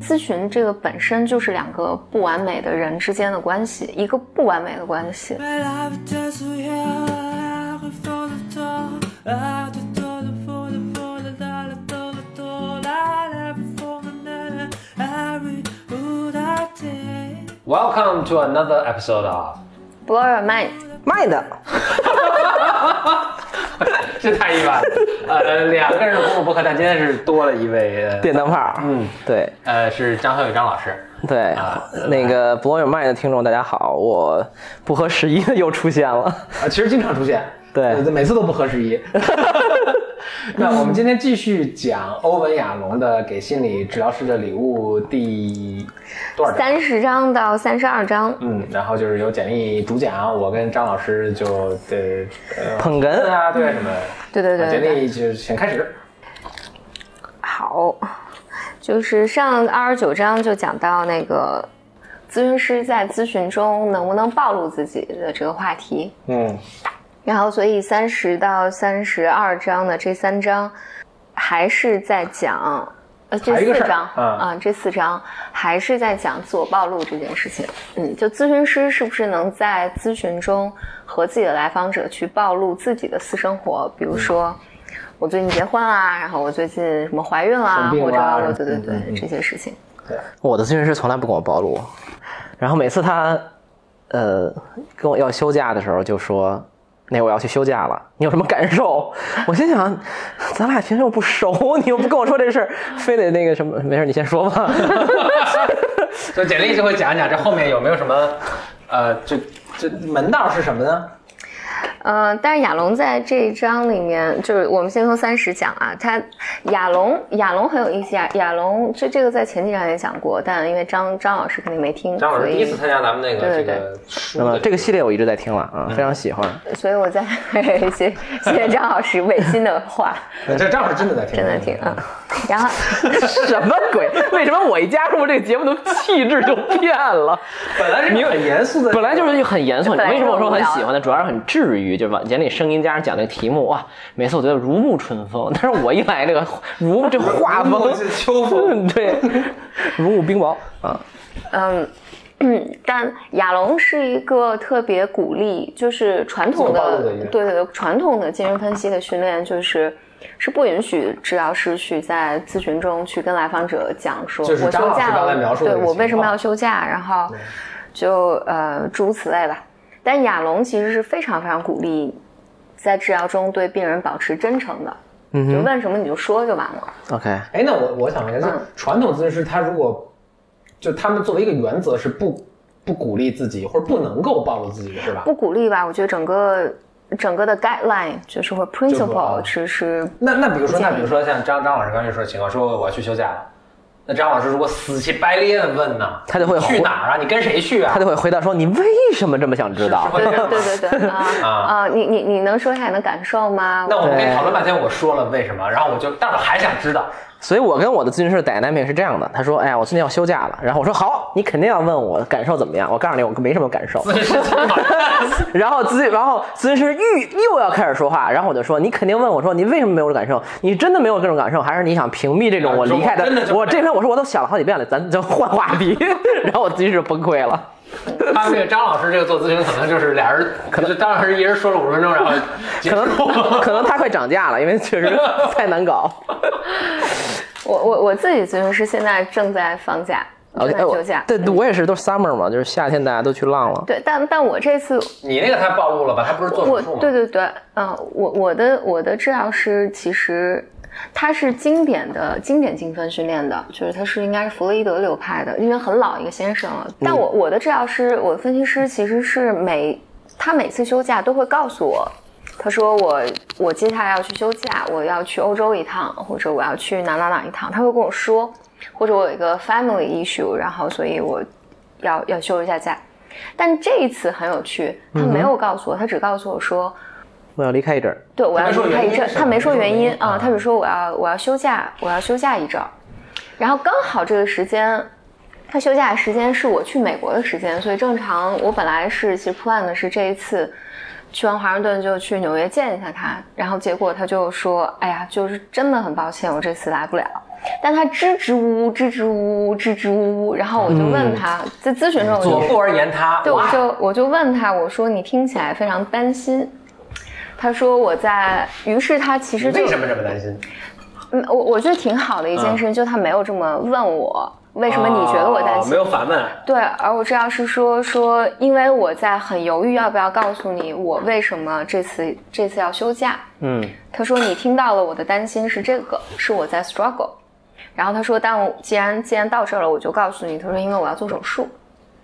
咨询这个本身就是两个不完美的人之间的关系，一个不完美的关系。 Welcome to another episode of， Blow your mind，卖的，这太意外了。 呃，两个人的公共博客，但今天是多了一位，呃电灯泡，嗯，对呃，是张小雨张老师。对啊，那个 Blow Your Mind 的听众，大家好，我不合时宜的又出现了，啊，其实经常出现，对呃每次都不合时 宜。那我们今天继续讲欧文亚龙的《给心理治疗师的礼物》第多少章？三十章到三十二章，嗯，然后就是由简历主讲，我跟张老师就呃呃捧哏对啊，对啊什么的。对对对对简对，历就请开始。好，就是上二十九章就讲到那个咨询师在咨询中能不能暴露自己的这个话题，嗯然后，所以三十到三十二章的这三章，还是在讲，呃，这还有一个四事儿章嗯这四章还是在讲自我暴露这件事情。嗯，就咨询师是不是能在咨询中和自己的来访者去暴露自己的私生活，比如嗯说。我最近结婚啦，然后我最近什么怀孕啦，生病或者啦我对对对、嗯嗯嗯这些事情，我的咨询师从来不跟我暴露，然后每次他，呃，跟我要休假的时候就说，那我要去休假了，你有什么感受？我心想，咱俩平时又不熟，你又不跟我说这事儿，非得那个什么，没事，你先说吧。 所以简历就会讲一讲这后面有没有什么，呃，这这门道是什么呢？嗯，但是亚龙在这一章里面，就是我们先从三十讲啊，他亚龙亚龙很有意思啊，亚龙这这个在前几章也讲过，但因为张张老师肯定没听，张老所师第一以次参加咱们那个对对这个书那么的这个系列我一直在听了啊，非常喜欢。所以我在 谢谢谢张老师违心的话，这这张老师真的在听，真的听啊。嗯然后 什么鬼？为什么我一加入这个节目的气质就变了？本来是一个很严肃的， 本来就是很严肃，本来为就是什么我说无很聊喜欢呢？主要是很治愈，就是往简里声音加上讲那个题目，哇，每次我觉得如沐春风。但是我一来这个如这画风，是秋风。 对，如沐冰雹啊，嗯。嗯，但亚龙是一个特别鼓励，就是传统自我暴的露的一个人对对对，传统的精神分析的训练就是。是不允许治疗师去在咨询中去跟来访者讲说，就是我张休老师假刚才描了，述的对那个我为情什么况要休假，然后就呃诸如此类吧。但亚龙其实是非常非常鼓励在治疗中对病人保持真诚的，嗯就哼问什么你就说就完了。 ，OK，哎，那我我想问一下，就嗯传统咨询师他如果就他们作为一个原则是不不鼓励自己或者不能够暴露自己的是吧？不鼓励吧，我觉得整个整个的 guideline 就是或就是啊 principle 其实那那比如说，不建议那比如说像张张老师刚才说的情况，说我要去休假了，那张老师如果死气白咧的问呢，他就会你去回哪儿啊？你跟谁去啊？他就会回答说：“你为什么这么想知道是会对这样吗对对 对对啊啊啊！你你你能说一下你的感受吗？那我们对跟你讨论半天，我说了为什么，然后我就，但我还想知道，？”所以，我跟我的咨询师 dynamic 是这样的，他说：“哎呀，我最近要休假了。”然后我说：“好，你肯定要问我感受怎么样。”我告诉你，我没什么感受。咨询师怎么 然后咨，然后咨询师又又要开始说话，然后我就说，你肯定问我说，你为什么没有感受？你真的没有这种感受，还是你想屏蔽这种我离开啊的真的？就我这篇我说我都想了好几遍了，咱就换话题。然后我咨询师崩溃了，他们这个张老师这个做咨询，可能就是俩人，可能张老师一人说了五十分钟，然后结可束。能 可能他快涨价了，因为确实太难 搞。我我我自己咨询师现在正在放假，正 OK，在哎我休假。对，我也是，都是 summer 嘛，就是夏天大家都去浪了。对，但但我这次你那个太暴露了吧？他不是做我手术吗？对对对，嗯、我我的我的治疗师其实他是经典的经典精分训练的，就是他是应该是弗洛伊德流派的，因为很老一个先生嗯了。但我我的治疗师，我的分析师其实是每他每次休假都会告诉我。他说我我接下来要去休假，我要去欧洲一趟，或者我要去哪哪哪一趟，他会跟我说，或者我有一个 family issue，然后所以我要要休一下假。但这一次很有趣，他没有告诉我，他只告诉我说，我要离开一阵儿，对我要没说离开原因一阵儿，是吧他没说没说原原因因啊啊，他只说我要我要休假，我要休假一阵儿。然后刚好这个时间，他休假的时间是我去美国的时间，所以正常我本来是其实 plan 的是这一次。去完华盛顿就去纽约见一下他，然后结果他就说：“哎呀，就是真的很抱歉，我这次来不了。”但他支支吾吾，支支吾吾，支支吾吾。然后我就问他，在咨询的时候我左就腹而言他，对，我哇就我就问他，我说你听起来非常担心。他说我在，于是他其实就为什么嗯这么担心？嗯，我我觉得挺好的一件事，就他没有这么问我为什么你觉得我担哦心没。有反问，对，而我这要是说说，因为我在很犹豫要不要告诉你我为什么这次这次要休假。嗯，他说你听到了我的担心是这个，是我在 struggle。然后他说，但我既然既然到这儿了，我就告诉你，他说因为我要做手术。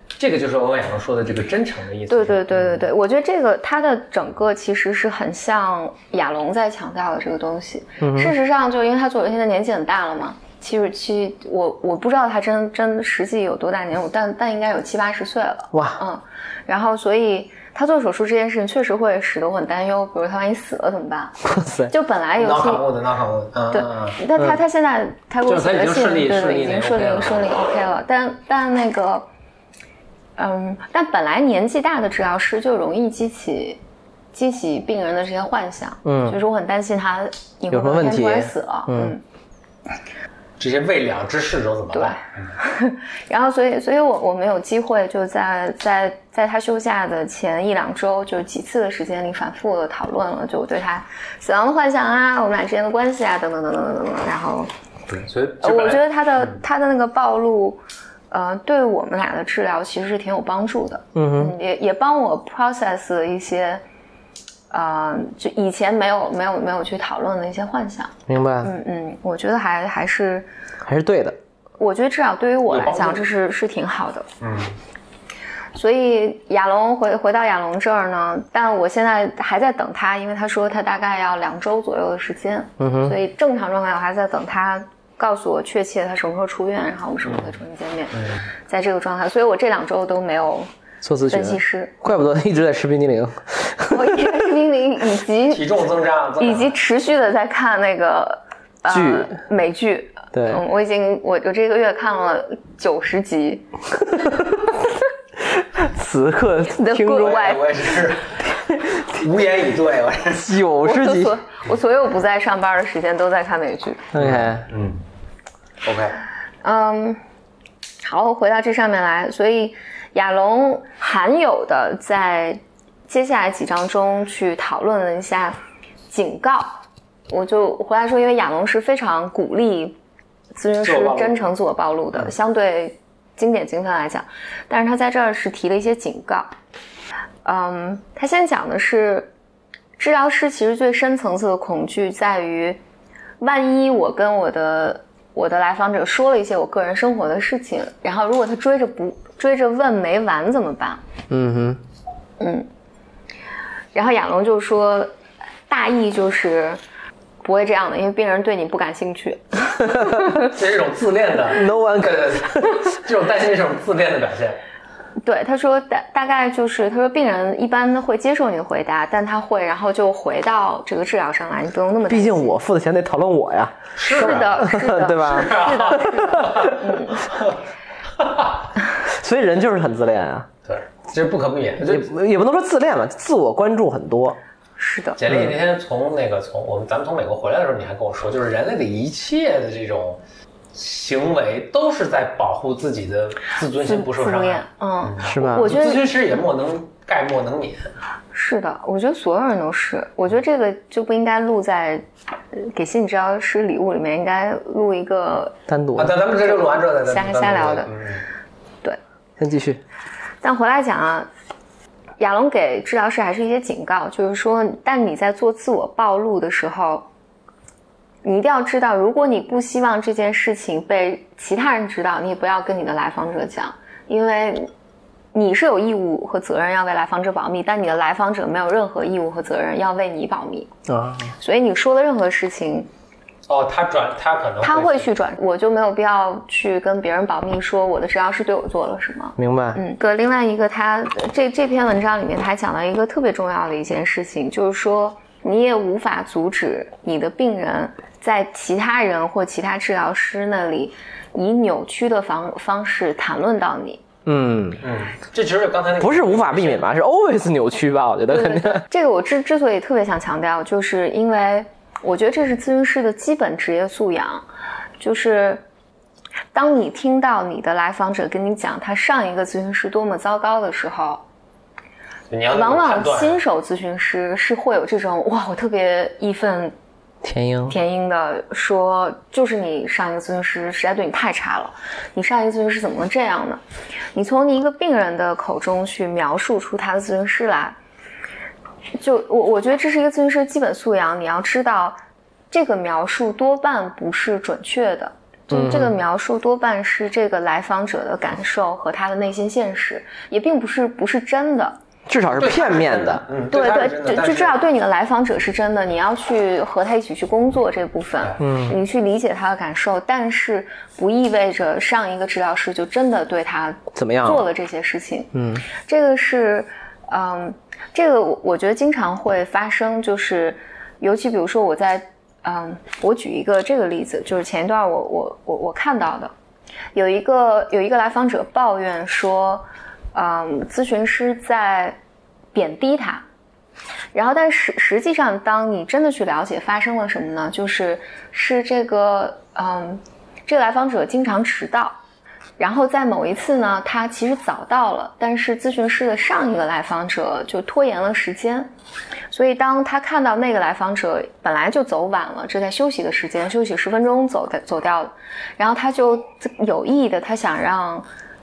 这个就是欧阳龙说的这个真诚的意思。对对对对对，我觉得这个它的整个其实是很像亚龙在强调的这个东西。事实上，就因为他作为现在年纪很大了嘛，七十七，我我不知道他真真实际有多大年龄，但但应该有七八十岁了。哇，嗯，然后所以他做手术这件事情确实会使得我很担忧，比如他万一死了怎么办？哇塞，就本来有，knock 些 on wood，knock on wood，对嗯，但他他现在他给我就是他写已的经信，顺利对顺利对，已那经顺利 OK 了顺利 OK 了。但但那个，嗯，但本来年纪大的治疗师就容易激起激起病人的这些幻想，嗯就是我很担心他以后有什么哪天问题突然死了，嗯嗯这些未了之事都怎么对 办？，然后所以所以我我们有机会就在在在他休假的前一两周，就几次的时间里反复的讨论了，就我对他死亡的幻想啊，我们俩之间的关系啊，等等等等等等，然后对，所以呃就本我来嗯觉得他的他的那个暴露，呃，对我们俩的治疗其实是挺有帮助的，嗯哼，嗯也也帮我 process 了一些，呃，就以前没有没有没有去讨论的一些幻想，明白，嗯嗯，我觉得还还是，还是对的。我觉得至少对于我有来帮讲，助这是是挺好的，嗯，所以亚龙回回到亚龙这儿呢，但我现在还在等他，因为他说他大概要两周左右的时间，嗯哼所以正常状态我还在等他告诉我确切他什么时候出院，然后我们什么时候会重新见面，嗯在这个状态，所以我这两周都没有做咨分析询，师，怪不得一直在吃冰激凌。我一直在吃冰凌，以及 体重增长，增长以及持续的在看那个呃剧美剧，对嗯，我已经我我这个月看了九十集，此刻 The 听 Good 我众也 Wife 我也是 无言以对，我是九我十就集。所我所有不在上班的时间都在看美剧。 OK，嗯，OK，嗯，好，回到这上面来，所以亚龙罕有的在接下来几章中去讨论了一下警告。我就回来说，因为亚龙是非常鼓励咨询自我师暴露嗯真诚自我暴露的，相对经典经分来讲，但是他在这儿是提了一些警告。嗯，他先讲的是，治疗师其实最深层次的恐惧在于，万一我跟我的我的来访者说了一些我个人生活的事情，然后如果他追着不追着问没完怎么办？嗯然后亚龙就说，大意就是不会这样的，因为病人对你不感兴趣。这是一种自恋的哼，No one 对 can 对对，这种担心是一种自恋的表现。对，他说大大概就是，他说病人一般会接受你的回答，但他会然后就回到这个治疗上来，你不用那么担毕心。竟我付的钱得讨论我呀，是是的，是的， 对吧？是的，所以人就是很自恋啊， 对，这是不可避免。就也不也不能说自恋吧，自我关注很多。是的，简历那天从那个从我们咱们从美国回来的时候，你还跟我说，就是人类的一切的这种行为都是在保护自己的自尊心不受自伤啊恋害。嗯，是吧我觉得咨询师也莫能概莫能免。是的，我觉得所有人都是。我觉得这个就不应该录在呃给心理治疗师礼物里面，应该录一个单独啊，咱咱们这就录完之后再瞎瞎聊的。嗯对。先继续，但回来讲啊，亚龙给治疗师还是一些警告，就是说，但你在做自我暴露的时候，你一定要知道，如果你不希望这件事情被其他人知道，你也不要跟你的来访者讲，因为你是有义务和责任要为来访者保密，但你的来访者没有任何义务和责任要为你保密，啊，所以你说的任何事情，哦，他转他可能他会去转，我就没有必要去跟别人保密，说我的治疗师对我做了什么。明白。嗯，对，另外一个他这这篇文章里面，他还讲到一个特别重要的一件事情，就是说你也无法阻止你的病人在其他人或其他治疗师那里以扭曲的方方式谈论到你。嗯，嗯，这其实就刚才那个不是无法避免吧，是 always 扭曲吧？我觉得肯定。 这个我之之所以特别想强调，就是因为我觉得这是咨询师的基本职业素养。就是当你听到你的来访者跟你讲他上一个咨询师多么糟糕的时候，你要往往判断新手咨询师是会有这种哇，我特别义愤天鹰，填膺的说，就是你上一个咨询师实在对你太差了，你上一个咨询师怎么能这样呢？你从你一个病人的口中去描述出他的咨询师来，就我我觉得这是一个咨询师的基本素养，你要知道这个描述多半不是准确的。就是这个描述多半是这个来访者的感受和他的内心现实，也并不是不是真的。至少是对片面的。嗯，对他是真的对，但就是至少对你的来访者是真的，你要去和他一起去工作这部分，嗯，你去理解他的感受，但是不意味着上一个治疗师就真的对他怎么样？做了这些事情，嗯，这个是，嗯，这个我我觉得经常会发生，就是尤其比如说我在，嗯，我举一个这个例子，就是前一段我我我我看到的，有一个有一个来访者抱怨说，嗯，咨询师在贬低他。然后，但实实际上，当你真的去了解发生了什么呢？就是是这个，嗯，这个来访者经常迟到，然后在某一次呢，他其实早到了，但是咨询师的上一个来访者就拖延了时间，所以当他看到那个来访者本来就走晚了，这在休息的时间，休息十分钟走的走掉了，然后他就有意的他想让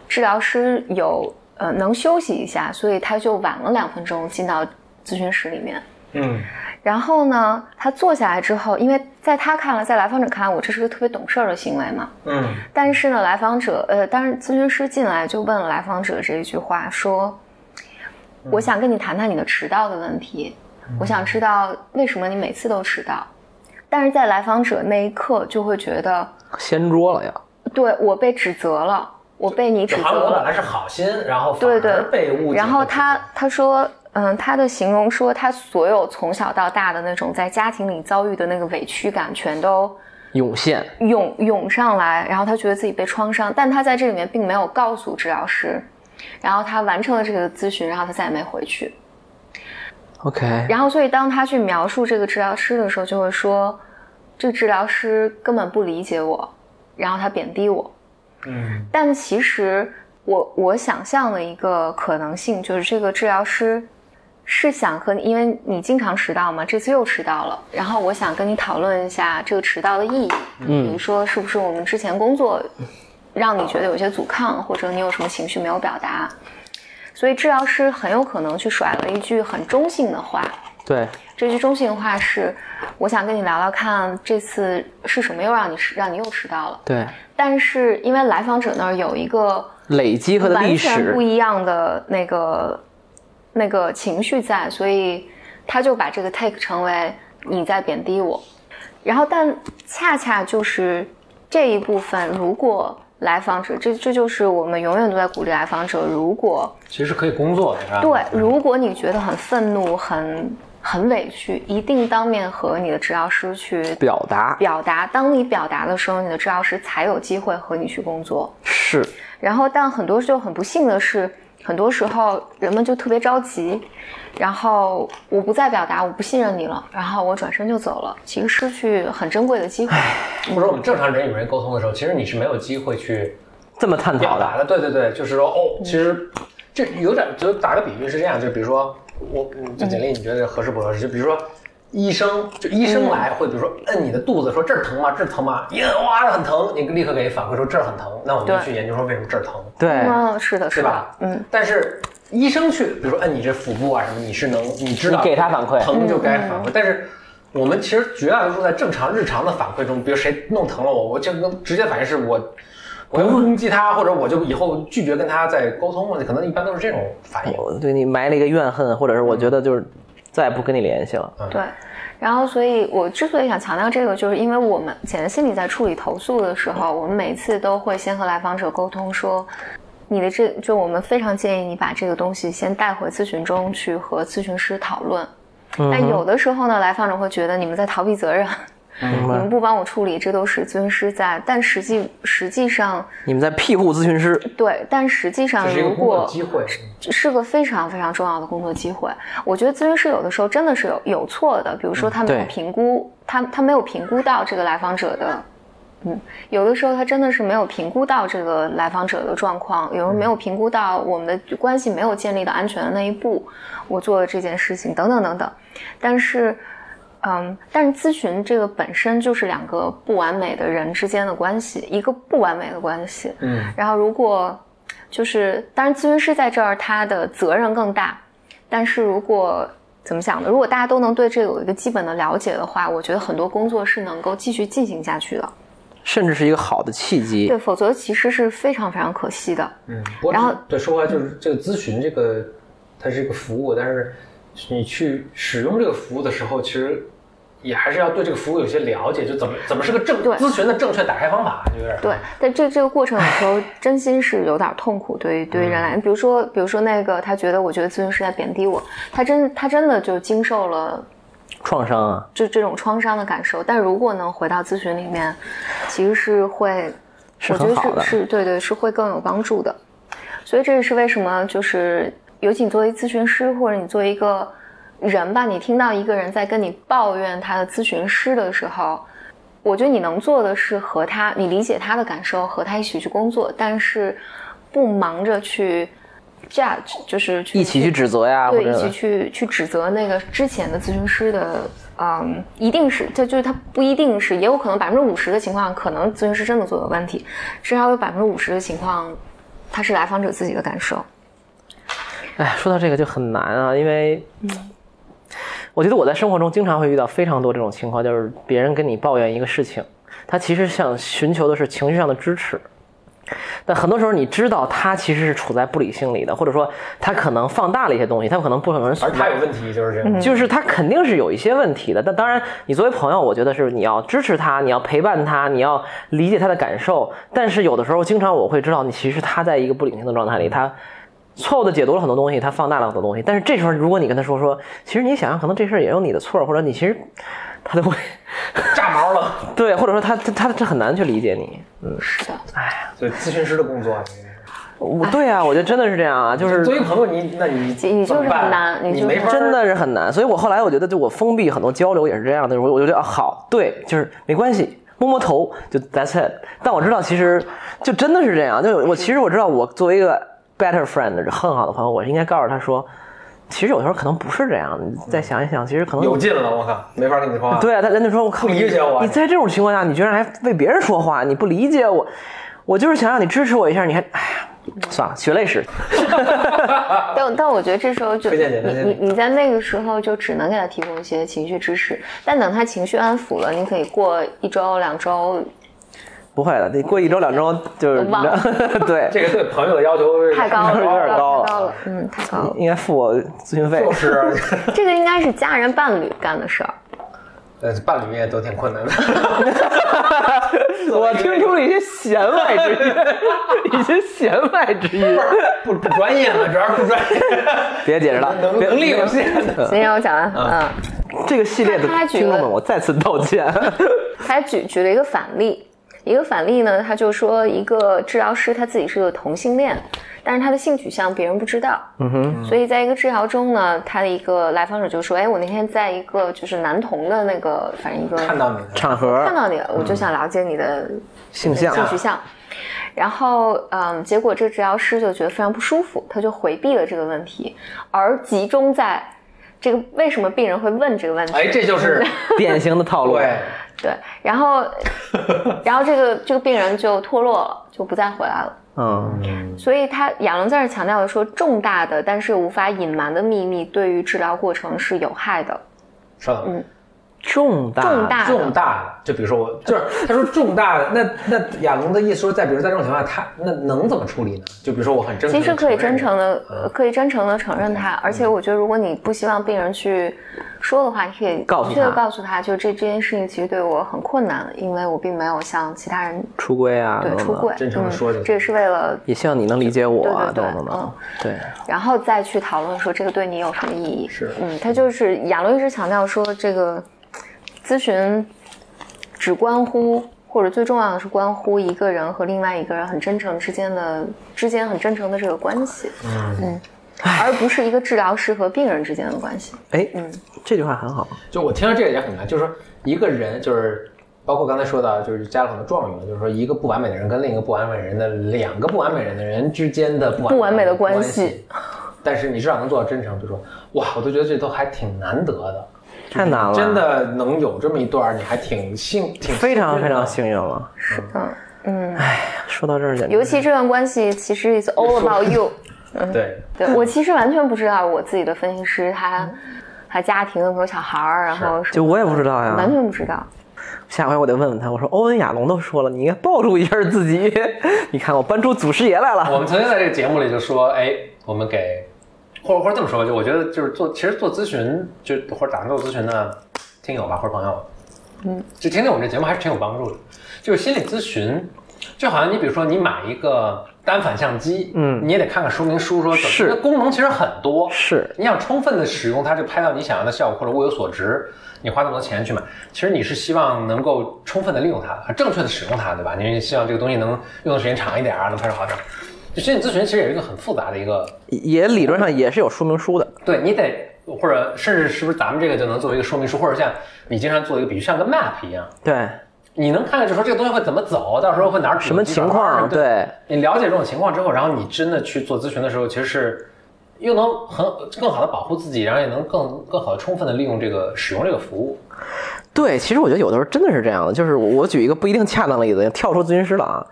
治疗师有呃能休息一下，所以他就晚了两分钟进到咨询室里面。嗯，然后呢，他坐下来之后，因为在他看来，在来访者看来，我这是个特别懂事儿的行为嘛，嗯，但是呢，来访者呃，当然咨询师进来就问了来访者这一句话，说：“嗯我想跟你谈谈你的迟到的问题，我想知道为什么你每次都迟到。”但是在来访者那一刻就会觉得，掀桌了呀！对我被指责了，我被你指就责好像我了本。来是好心，然后反对对而被误解。然后他他说，嗯，他的形容说，他所有从小到大的那种在家庭里遭遇的那个委屈感，全都涌现，涌涌上来，然后他觉得自己被创伤，但他在这里面并没有告诉治疗师，然后他完成了这个咨询，然后他再也没回去。 OK，然后，所以当他去描述这个治疗师的时候，就会说，这个治疗师根本不理解我，然后他贬低我。嗯，但其实我我想象的一个可能性就是，这个治疗师是想和你，因为你经常迟到嘛，这次又迟到了，然后我想跟你讨论一下这个迟到的意义，嗯比如说是不是我们之前工作让你觉得有些阻抗，或者你有什么情绪没有表达，所以治疗师很有可能去甩了一句很中性的话，对，这句中性话是，我想跟你聊聊看，这次是什么又让你迟让你又迟到了。对，但是因为来访者那儿有一个累积和完历全史不，一样的那个那个情绪在，所以他就把这个 take 成为你在贬低我。然后，但恰恰就是这一部分，如果来访者，这这就是我们永远都在鼓励来访者，如果其实是可以工作的，是吧？啊对，如果你觉得很愤怒、很很委屈，一定当面和你的治疗师去表达表达。当你表达的时候，你的治疗师才有机会和你去工作。是然后，但很多就很不幸的是，很多时候人们就特别着急，然后我不再表达，我不信任你了，然后我转身就走了，其实失去很珍贵的机会。或者我们正常人与人沟通的时候，其实你是没有机会去这么探讨表的。达的。对对对，就是说哦，其实这有点，就打个比喻是这样，就比如说我，嗯就简历你觉得合适不合适？就比如说。医生就医生来会，比如说摁你的肚子，说这儿疼吗？这儿疼吗？一摁哇，这儿很疼，你立刻给反馈说这儿很疼。那我们就对去研究说为什么这儿疼。对，嗯，是的，是是吧的，？嗯，，但是医生去，比如说按你这腹部啊什么，你是能你知道你给他反馈嗯疼就该反馈。但是我们其实绝大多数在正常日常的反馈中，比如谁弄疼了我，我这个直接反应是我。我要攻击他，或者我就以后拒绝跟他再沟通，可能一般都是这种反应。我哎对你埋了一个怨恨，或者是我觉得就是再也不跟你联系了。对。然后，所以我之所以想强调这个，就是因为我们简单心理在处理投诉的时候，我们每次都会先和来访者沟通说，你的这就我们非常建议你把这个东西先带回咨询中去和咨询师讨论。但有的时候呢，来访者会觉得你们在逃避责任，明你们白？不帮我处理，这都是咨询师在。但实际实际上，你们在庇护咨询师，对，但实际上这是一个如工作果机会，是个非常非常重要的工作机会。我觉得咨询师有的时候真的是有有错的，比如说他没有对评估，他他没有评估到这个来访者的嗯有的时候他真的是没有评估到这个来访者的状况，有时候没有评估到我们的关系没有建立到安全的那一步，我做了这件事情等等等等。但是，嗯，但是咨询这个本身就是两个不完美的人之间的关系，一个不完美的关系。嗯，然后如果就是，当然咨询师在这儿他的责任更大，但是如果怎么讲呢？如果大家都能对这个有一个基本的了解的话，我觉得很多工作是能够继续进行下去的。甚至是一个好的契机。对，否则其实是非常非常可惜的。嗯，不过然后对，说回来就是这个咨询这个，它是一个服务，但是你去使用这个服务的时候，其实也还是要对这个服务有些了解，就怎么怎么是个正对咨询的正确打开方法，有点对，但这这个过程有时候真心是有点痛苦，对于对于人来，比如说比如说那个他觉得我觉得咨询师在贬低我，他真他真的就经受了创伤啊，就这种创伤的感受。但如果能回到咨询里面，其实是会，是我觉很得好的是是对对，是会更有帮助的。所以这也是为什么，就是尤其你作为咨询师，或者你作为一个人吧，你听到一个人在跟你抱怨他的咨询师的时候，我觉得你能做的是和他，你理解他的感受，和他一起去工作，但是不忙着去 judge，就是去一起去指责呀，啊或对，一起者去去指责那个之前的咨询师的，嗯，一定是，这就是他不一定是，也有可能百分之五十的情况，可能咨询师真的做有问题，至少有百分之五十的情况，他是来访者自己的感受。哎，说到这个就很难啊，因为。我觉得我在生活中经常会遇到非常多这种情况，就是别人跟你抱怨一个事情，他其实想寻求的是情绪上的支持，但很多时候你知道他其实是处在不理性里的，或者说他可能放大了一些东西，他可能不可能而他有问题就是这样。嗯就是他肯定是有一些问题的。但当然，你作为朋友，我觉得是你要支持他，你要陪伴他，你要理解他的感受。但是有的时候，经常我会知道，你其实他在一个不理性的状态里，他错误的解读了很多东西，他放大了很多东西。但是这时候，如果你跟他说说，其实你想想，可能这事儿也有你的错，或者你其实他就会 炸毛了。对，或者说他他他他很难去理解你。是的，所以咨询师的工作啊，我对啊，我觉得真的是这样啊，就你是作为朋友，你那你 你就是怎么办很难你你就是没法儿真的是很难。所以我后来我觉得，就我封闭很多交流也是这样的，我我就觉得啊好，对，就是没关系。摸摸头就 that's it，但我知道其实就真的是这样，就我其实我知道我作为一个 better friend 很好的朋友，我应该告诉他说，其实有时候可能不是这样，你再想一想，其实可能有劲了，我靠，没法跟你说话。对啊，他人家说我靠，不理啊解我你在这种情况下，你居然还为别人说话，你不理解我，我就是想让你支持我一下，你还哎呀，算了，血泪史，但但我觉得这时候就推你荐简单你你在那个时候就只能给他提供一些情绪支持，但等他情绪安抚了，你可以过一周两周，不会的，你过一周两周就是忘了 对，这个对朋友的要求是太高 了，有点高太了高了，嗯，太高了。应该付我咨询费就。是，这个应该是家人伴侣干的事儿。呃，伴侣也都挺困难的。 我听出了一些弦外之音，一些弦外之音。不不专业了，主要是不专业， 别解释了，能别能力有限。行，让我讲完，嗯。这个系列的他他举听众了们，我再次道歉。他还举举了一个反例，一个反例呢，他就说一个治疗师他自己是个同性恋，但是他的性取向别人不知道，嗯哼，所以在一个治疗中呢，他的一个来访者就说，哎，我那天在一个就是男同的那个，反正一个看到你场合看到你了，我就想了解你的性向嗯性取向。然后，嗯，结果这治疗师就觉得非常不舒服，他就回避了这个问题，而集中在这个为什么病人会问这个问题？哎，这就是典型的套路。对，对，然后，然后这个这个病人就脱落了，就不再回来了。嗯，所以他亚龙在这儿强调的说，重大的但是无法隐瞒的秘密对于治疗过程是有害的。稍等。嗯重大重大的重大的，就比如说我，就是他说重大的，那那亚龙的意思说，在比如在这种情况下，他那能怎么处理呢？就比如说我很真诚，其实可以真诚，的，呃可以真诚的承认它，而且我觉得，如果你不希望病人去说的话，你可以告诉明确的他告诉他，就这这件事情其实对我很困难，因为我并没有像其他人出轨啊，对等等出柜，真诚地嗯说就行这也是为了也希望你能理解我啊，对对等对等嗯等。对，然后再去讨论说这个对你有什么意义。是嗯，他就是亚伦一直强调说，这个咨询只关乎或者最重要的是关乎一个人和另外一个人很真诚之间的之间很真诚的这个关系，嗯，而不是一个治疗师和病人之间的嗯关系。嗯哎，这句话很好。就我听到这个也很难，就是说一个人就是。包括刚才说到，就是加了很多状语嘛，就是说一个不完美的人跟另一个不完美人的两个不完美人的人之间的不不完美的关关系系。但是你至少能做到真诚，就说哇，我都觉得这都还挺难得的，太难了，真的能有这么一段儿，你还挺幸，挺非常非常幸幸运了。哎是的，嗯，说到这儿，简直尤其这段关系其实 is all about you。运 的。对，对我其实完全不知道我自己的分析师他他家庭有没有小孩儿，然后什就么我也不知道呀完全不知道。下回我得问问他，我说欧文亚龙都说了，你应该抱住一下自己。 你看我搬出祖师爷来了，我们曾经在这个节目里就说，哎，我们给，或者或者这么说，就我觉得就是做，其实做咨询，就或者打算做咨询的听友吧，或者朋友，嗯，就听听我们这节目还是挺有帮助的。就是心理咨询，就好像你比如说你买一个单反相机，嗯你也得看看说明书说怎么，是因为功能其实很多，是你想充分的使用它，就拍到你想要的效果或者物有所值，你花那么多钱去买，其实你是希望能够充分的利用它，很正确的使用它，对吧？你是希望这个东西能用的时间长一点啊，能拍出好点儿。就心理咨询其实也是一个很复杂的一个，也理论上也是有说明书的，对你得或者甚至是不是咱们这个就能作为一个说明书，或者像你经常做一个比喻，像个 map 一样，对，你能看看就说这个东西会怎么走，到时候会哪儿堵什么几情哪儿况？啊对，你对，了解这种情况之后，然后你真的去做咨询的时候，其实是又能很更好的保护自己，然后也能更更好的充分的利用这个使用这个服务。对，其实我觉得有的时候真的是这样的，就是我我举一个不一定恰当的例子，跳出咨询师了啊，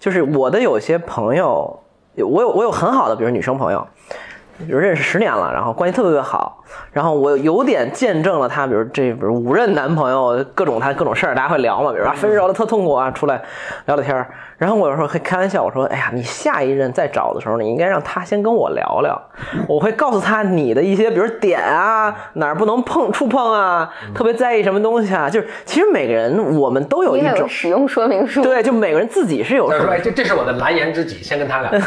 就是我的有些朋友，有我有我有很好的，比如女生朋友，就认识十年了，然后关系特别特别好，然后我有点见证了她，比如这比如五任男朋友各种她各种事儿，大家会聊嘛，比如啊分手了特痛苦啊，出来聊聊天儿，然后我有时候会开玩笑，我说哎呀，你下一任再找的时候，你应该让他先跟我聊聊，我会告诉他你的一些比如点啊，哪儿不能碰触碰啊，特别在意什么东西啊，就是其实每个人我们都有哦一应该有种。使用说明书，对，就每个人自己是有但是什说，么哎，这这是我的蓝颜知己，先跟他聊。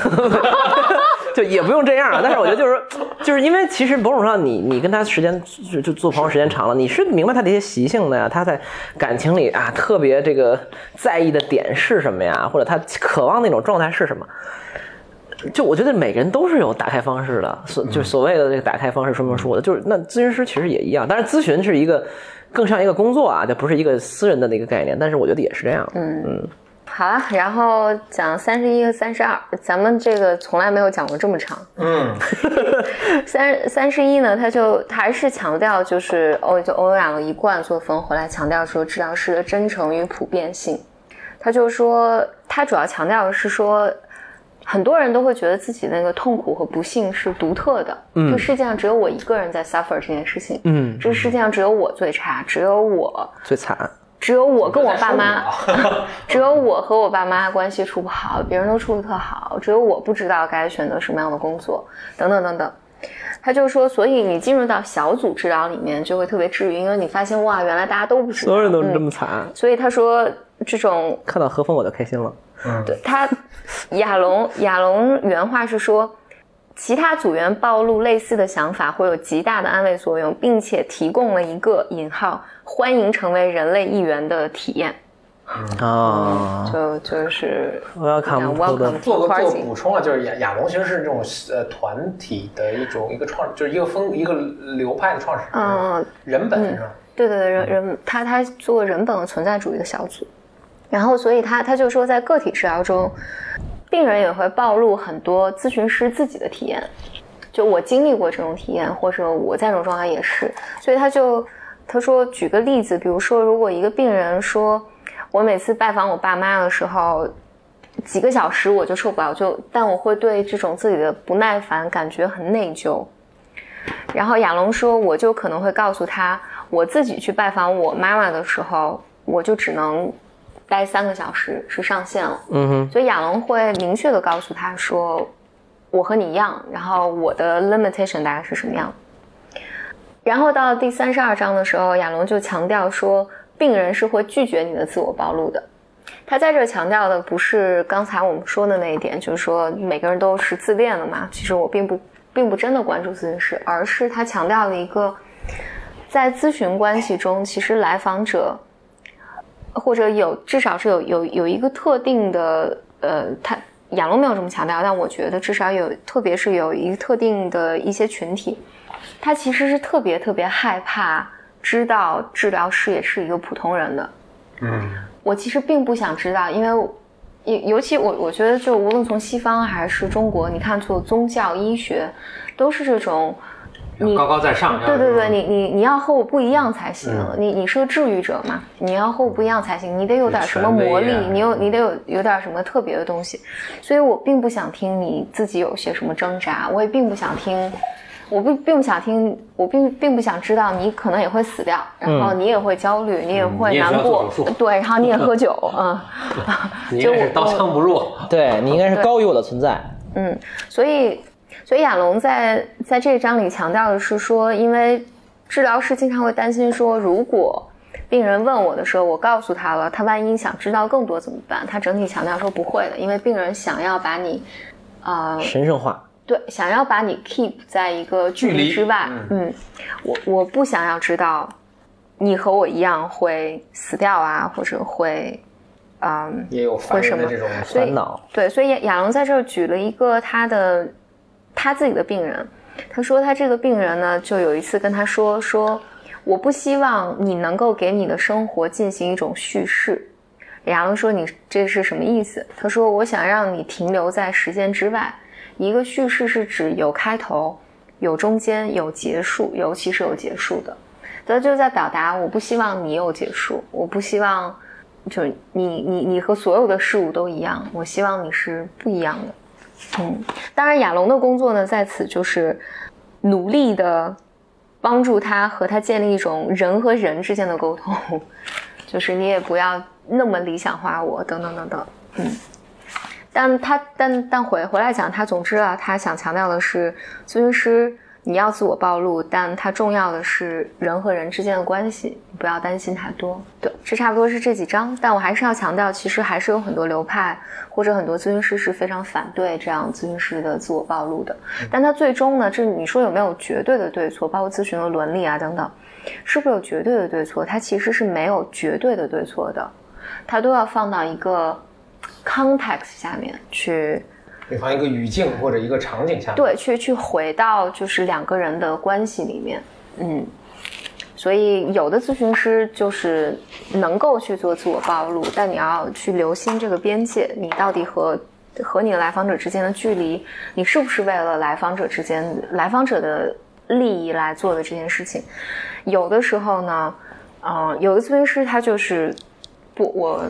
就也不用这样啊，但是我觉得就是就是因为其实某种上你你跟他时间就就做朋友时间长了，你是明白他的一些习性的呀，他在感情里啊特别这个在意的点是什么呀，或者他渴望那种状态是什么。就我觉得每个人都是有打开方式的，所就所谓的这个打开方式说明书的，就是那咨询师其实也一样，但是咨询是一个更像一个工作啊，就不是一个私人的那个概念，但是我觉得也是这样。好啊，然后讲三十一和三十二，咱们这个从来没有讲过这么长。 嗯，三三十一呢，他就他还是强调就是欧就欧亚的一贯作风，回来强调说治疗师的真诚与普遍性。他就说，他主要强调的是说，很多人都会觉得自己那个痛苦和不幸是独特的，嗯，这世界上只有我一个人在 suffer 这件事情，嗯，这世界上只有我最差，只有我，最惨，只有我跟我爸妈，在说啊我 只有我和我爸妈关系处不好，别人都处的特好，只有我不知道该选择什么样的工作，等等等等。他就说，所以你进入到小组治疗里面就会特别治愈，因为你发现哇，原来大家都不知道，所有人都是这嗯么惨，所以他说，这种看到何峰我就开心了。嗯对他，亚龙亚龙原话是说，其他组员暴露类似的想法会有极大的安慰作用，并且提供了一个引号欢迎成为人类一员的体验，啊、就就是我要看讲不透 welcome 的。to 做个做 party 个。补充啊，就是亚亚龙其实是这种呃团体的一种一个创，就是一个风一个流派的创始人，嗯，人本是吧？对对对，人人他他做人本和存在主义的小组，然后所以他他就说，在个体治疗中，病人也会暴露很多咨询师自己的体验，就我经历过这种体验，或者我在这种状态也是，所以他就他说举个例子，比如说如果一个病人说，我每次拜访我爸妈的时候。几个小时我就受不了，就但我会对这种自己的不耐烦感觉很内疚，然后亚龙说，我就可能会告诉他，我自己去拜访我妈妈的时候，我就只能待三个小时是上限了。嗯哼，所以亚龙会明确的告诉他说，我和你一样，然后我的 limitation 大概是什么样。然后到第三十二章的时候，亚龙就强调说，病人是会拒绝你的自我暴露的。他在这儿强调的不是刚才我们说的那一点，就是说每个人都是自恋的嘛。其实我并不并不真的关注咨询师，而是他强调了一个，在咨询关系中，其实来访者或者有至少是有有有一个特定的呃，他亚龙没有这么强调，但我觉得至少有，特别是有一个特定的一些群体，他其实是特别特别害怕知道治疗师也是一个普通人的。嗯我其实并不想知道，因为尤尤其我我觉得，就无论从西方还是中国，你看做宗教医学，都是这种，你高高在上，嗯对对对，你你你你要和我不一样才行。你你是个治愈者嘛，你要和我不一样才行，你得有点什么魔力权威啊，你有你得有有点什么特别的东西。所以我并不想听你自己有些什么挣扎，我也并不想听。我并并不想听，我并并不想知道你可能也会死掉，然后你也会焦虑，你也嗯你会也需要难做过手术，对，然后你也喝酒，嗯， 你就也是我刀枪不入，对你应该是高于我的存在。嗯，所以，所以亚龙在在这一章里强调的是说，因为治疗师经常会担心说，如果病人问我的时候，我告诉他了，他万一想知道更多怎么办？他整体强调说不会的，因为病人想要把你，呃，神圣化，对，想要把你 keep 在一个距距离离之外。嗯，我我不想要知道你和我一样会死掉啊，或者会，嗯。也有烦人的为这种所以烦恼。对，所以亚亚龙在这儿举了一个他的他自己的病人，他说他这个病人呢，就有一次跟他说说，我不希望你能够给你的生活进行一种叙事。亚龙说你这是什么意思？他说我想让你停留在时间之外。一个叙事是指有开头、有中间、有结束，尤其是有结束的。他就是在表达，我不希望你有结束，我不希望就是你你你和所有的事物都一样，我希望你是不一样的。嗯，当然亚龙的工作呢，在此就是努力的帮助他和他建立一种人和人之间的沟通， 就是你也不要那么理想化我，等等等等。但他但但回回来讲，他总之啊，他想强调的是，咨询师你要自我暴露，但他重要的是人和人之间的关系，你不要担心太多。对，这差不多是这几章，但我还是要强调，其实还是有很多流派或者很多咨询师是非常反对这样咨询师的自我暴露的。但他最终呢，这你说有没有绝对的对错，包括咨询的伦理啊等等，是不是有绝对的对错？它其实是没有绝对的对错的，它都要放到一个 context 下面去，比方一个语境或者一个场景下，，对，去去回到就是两个人的关系里面，嗯，所以有的咨询师就是能够去做自我暴露，但你要去留心这个边界，你到底和。和你的来访者之间的距离，你是不是为了来访者之间、来访者的利益来做的这件事情？有的时候呢，嗯、有的咨询师他就是不，我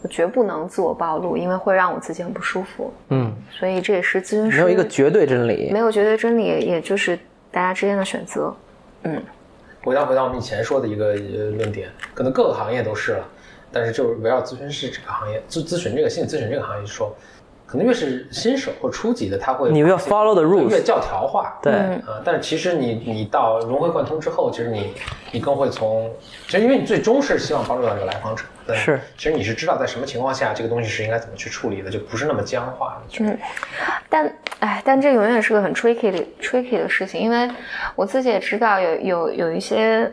我绝不能自我暴露，因为会让我自己很不舒服。嗯，所以这也是咨询师没有一个绝对真理没。有绝对真理，也就是大家之间的选择。回到回到我们以前说的一个呃论点，可能各个行业都是了，但是就是围绕咨询师这个行业，咨咨询这个心理咨询这个行业说，可能越是新手或初级的，他会你越 follow the 越 rules，教条化，对，嗯啊，但是其实你你到融会贯通之后，其实你你更会从，其实因为你最终是希望帮助到这个来访者，对是，其实你是知道在什么情况下这个东西是应该怎么去处理的，就不是那么僵化的。嗯，但哎，但这永远是个很 tricky 的 tricky 的事情，因为我自己也知道有有有一些，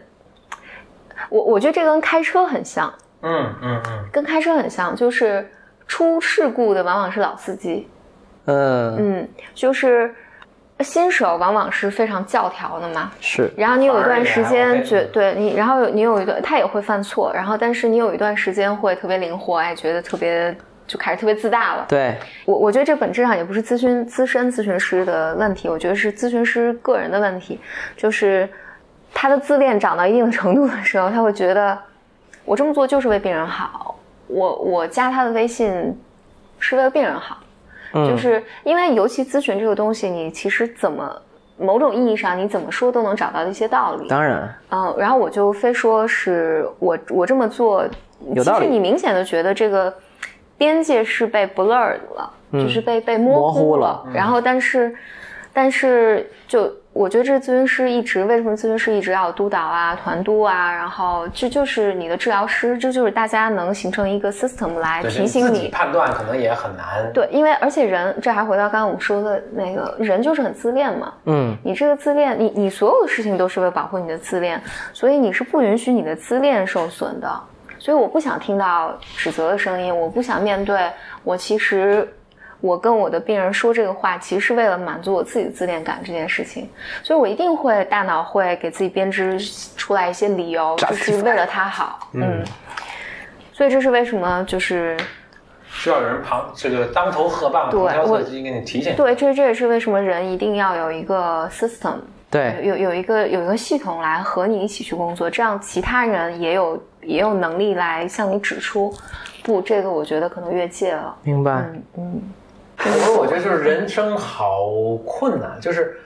我我觉得这跟开车很像，嗯嗯嗯，跟开车很像，就是出事故的往往是老司机，嗯，嗯，就是新手往往是非常教条的嘛，是然后你有一反而段你时还间 OK 觉对你，然后有你有一段他也会犯错，然后但是你有一段时间会特别灵活，哎，觉得特别就开始特别自大了。对，我我觉得这本质上也不是咨询资深咨询师的问题，我觉得是咨询师个人的问题，就是他的自恋长到一定的程度的时候，他会觉得我这么做就是为病人好，我我加他的微信是为了病人好。嗯，就是因为尤其咨询这个东西，你其实怎么某种意义上你怎么说都能找到一些道理。当然，嗯，然后我就非说是我我这么做，有道理其实你明显的觉得这个边界是被 blurred 了，就是被被模嗯模糊了了。嗯然后但是但是就我觉得这咨询师一直为什么咨询师一直要督导啊、团督啊，然后这就是你的治疗师，这就是大家能形成一个 system 来对，提就醒自己判断可能也很难。对，因为而且人，这还回到刚刚我们说的那个人就是很自恋嘛。嗯，你这个自恋，你你所有的事情都是为了保护你的自恋，所以你是不允许你的自恋受损的。所以我不想听到指责的声音，我不想面对我其实我跟我的病人说这个话，其实是为了满足我自己的自恋感这件事情。所以我一定会大脑会给自己编织出来一些理由，就是为了他好。嗯，所以这是为什么就是需要有人旁这个当头喝棒，对旁敲我侧击给你提醒。对，这这也是为什么人一定要有一个 system，对，有有一个有一个系统来和你一起去工作，这样其他人也有也有能力来向你指出，不，这个我觉得可能越界了。明白。嗯嗯，我说我觉得就是人生好困难，就是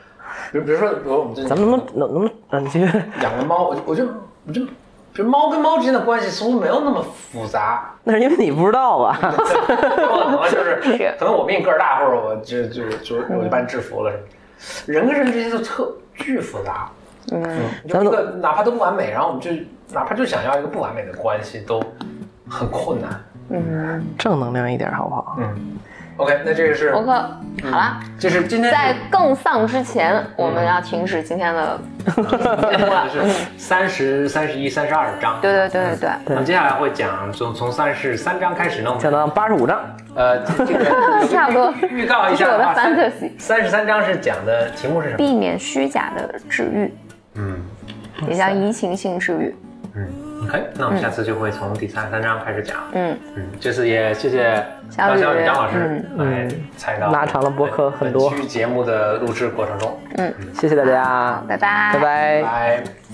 比如比如说，比如我们最近咱们能不能能能不能嗯，你继续。养了猫，我就我就我就，比如猫跟猫之间的关系似乎没有那么复杂，那是因为你不知道吧？可能就是 是可能我比你个儿大，或者我就就就我就把你制服了什么。人跟人之间就特巨复杂，嗯，就咱一们个哪怕都不完美，然后我们就哪怕就想要一个不完美的关系都很困难。正能量一点好不好？嗯，OK，那这个是我克，好了，这是今天 在更丧之前，我们要停止今天的节目了。是三十三十一三十二章，对对对对对，我们接下来会讲从从三十三章开始呢，我讲们到八十五章，呃这这个 差不多。预告一这是下我的话， fantasy 三十三章是讲的题目是什么？避免虚假的治愈，嗯。也叫移情性治愈。嗯，OK，那我们下次就会从第三十三章开始讲。嗯，嗯，这次也谢谢小张小雨嗯雨张老师来参与到嗯拉长了播客很多本期节目的录制过程中。谢谢大家，拜拜拜。拜拜。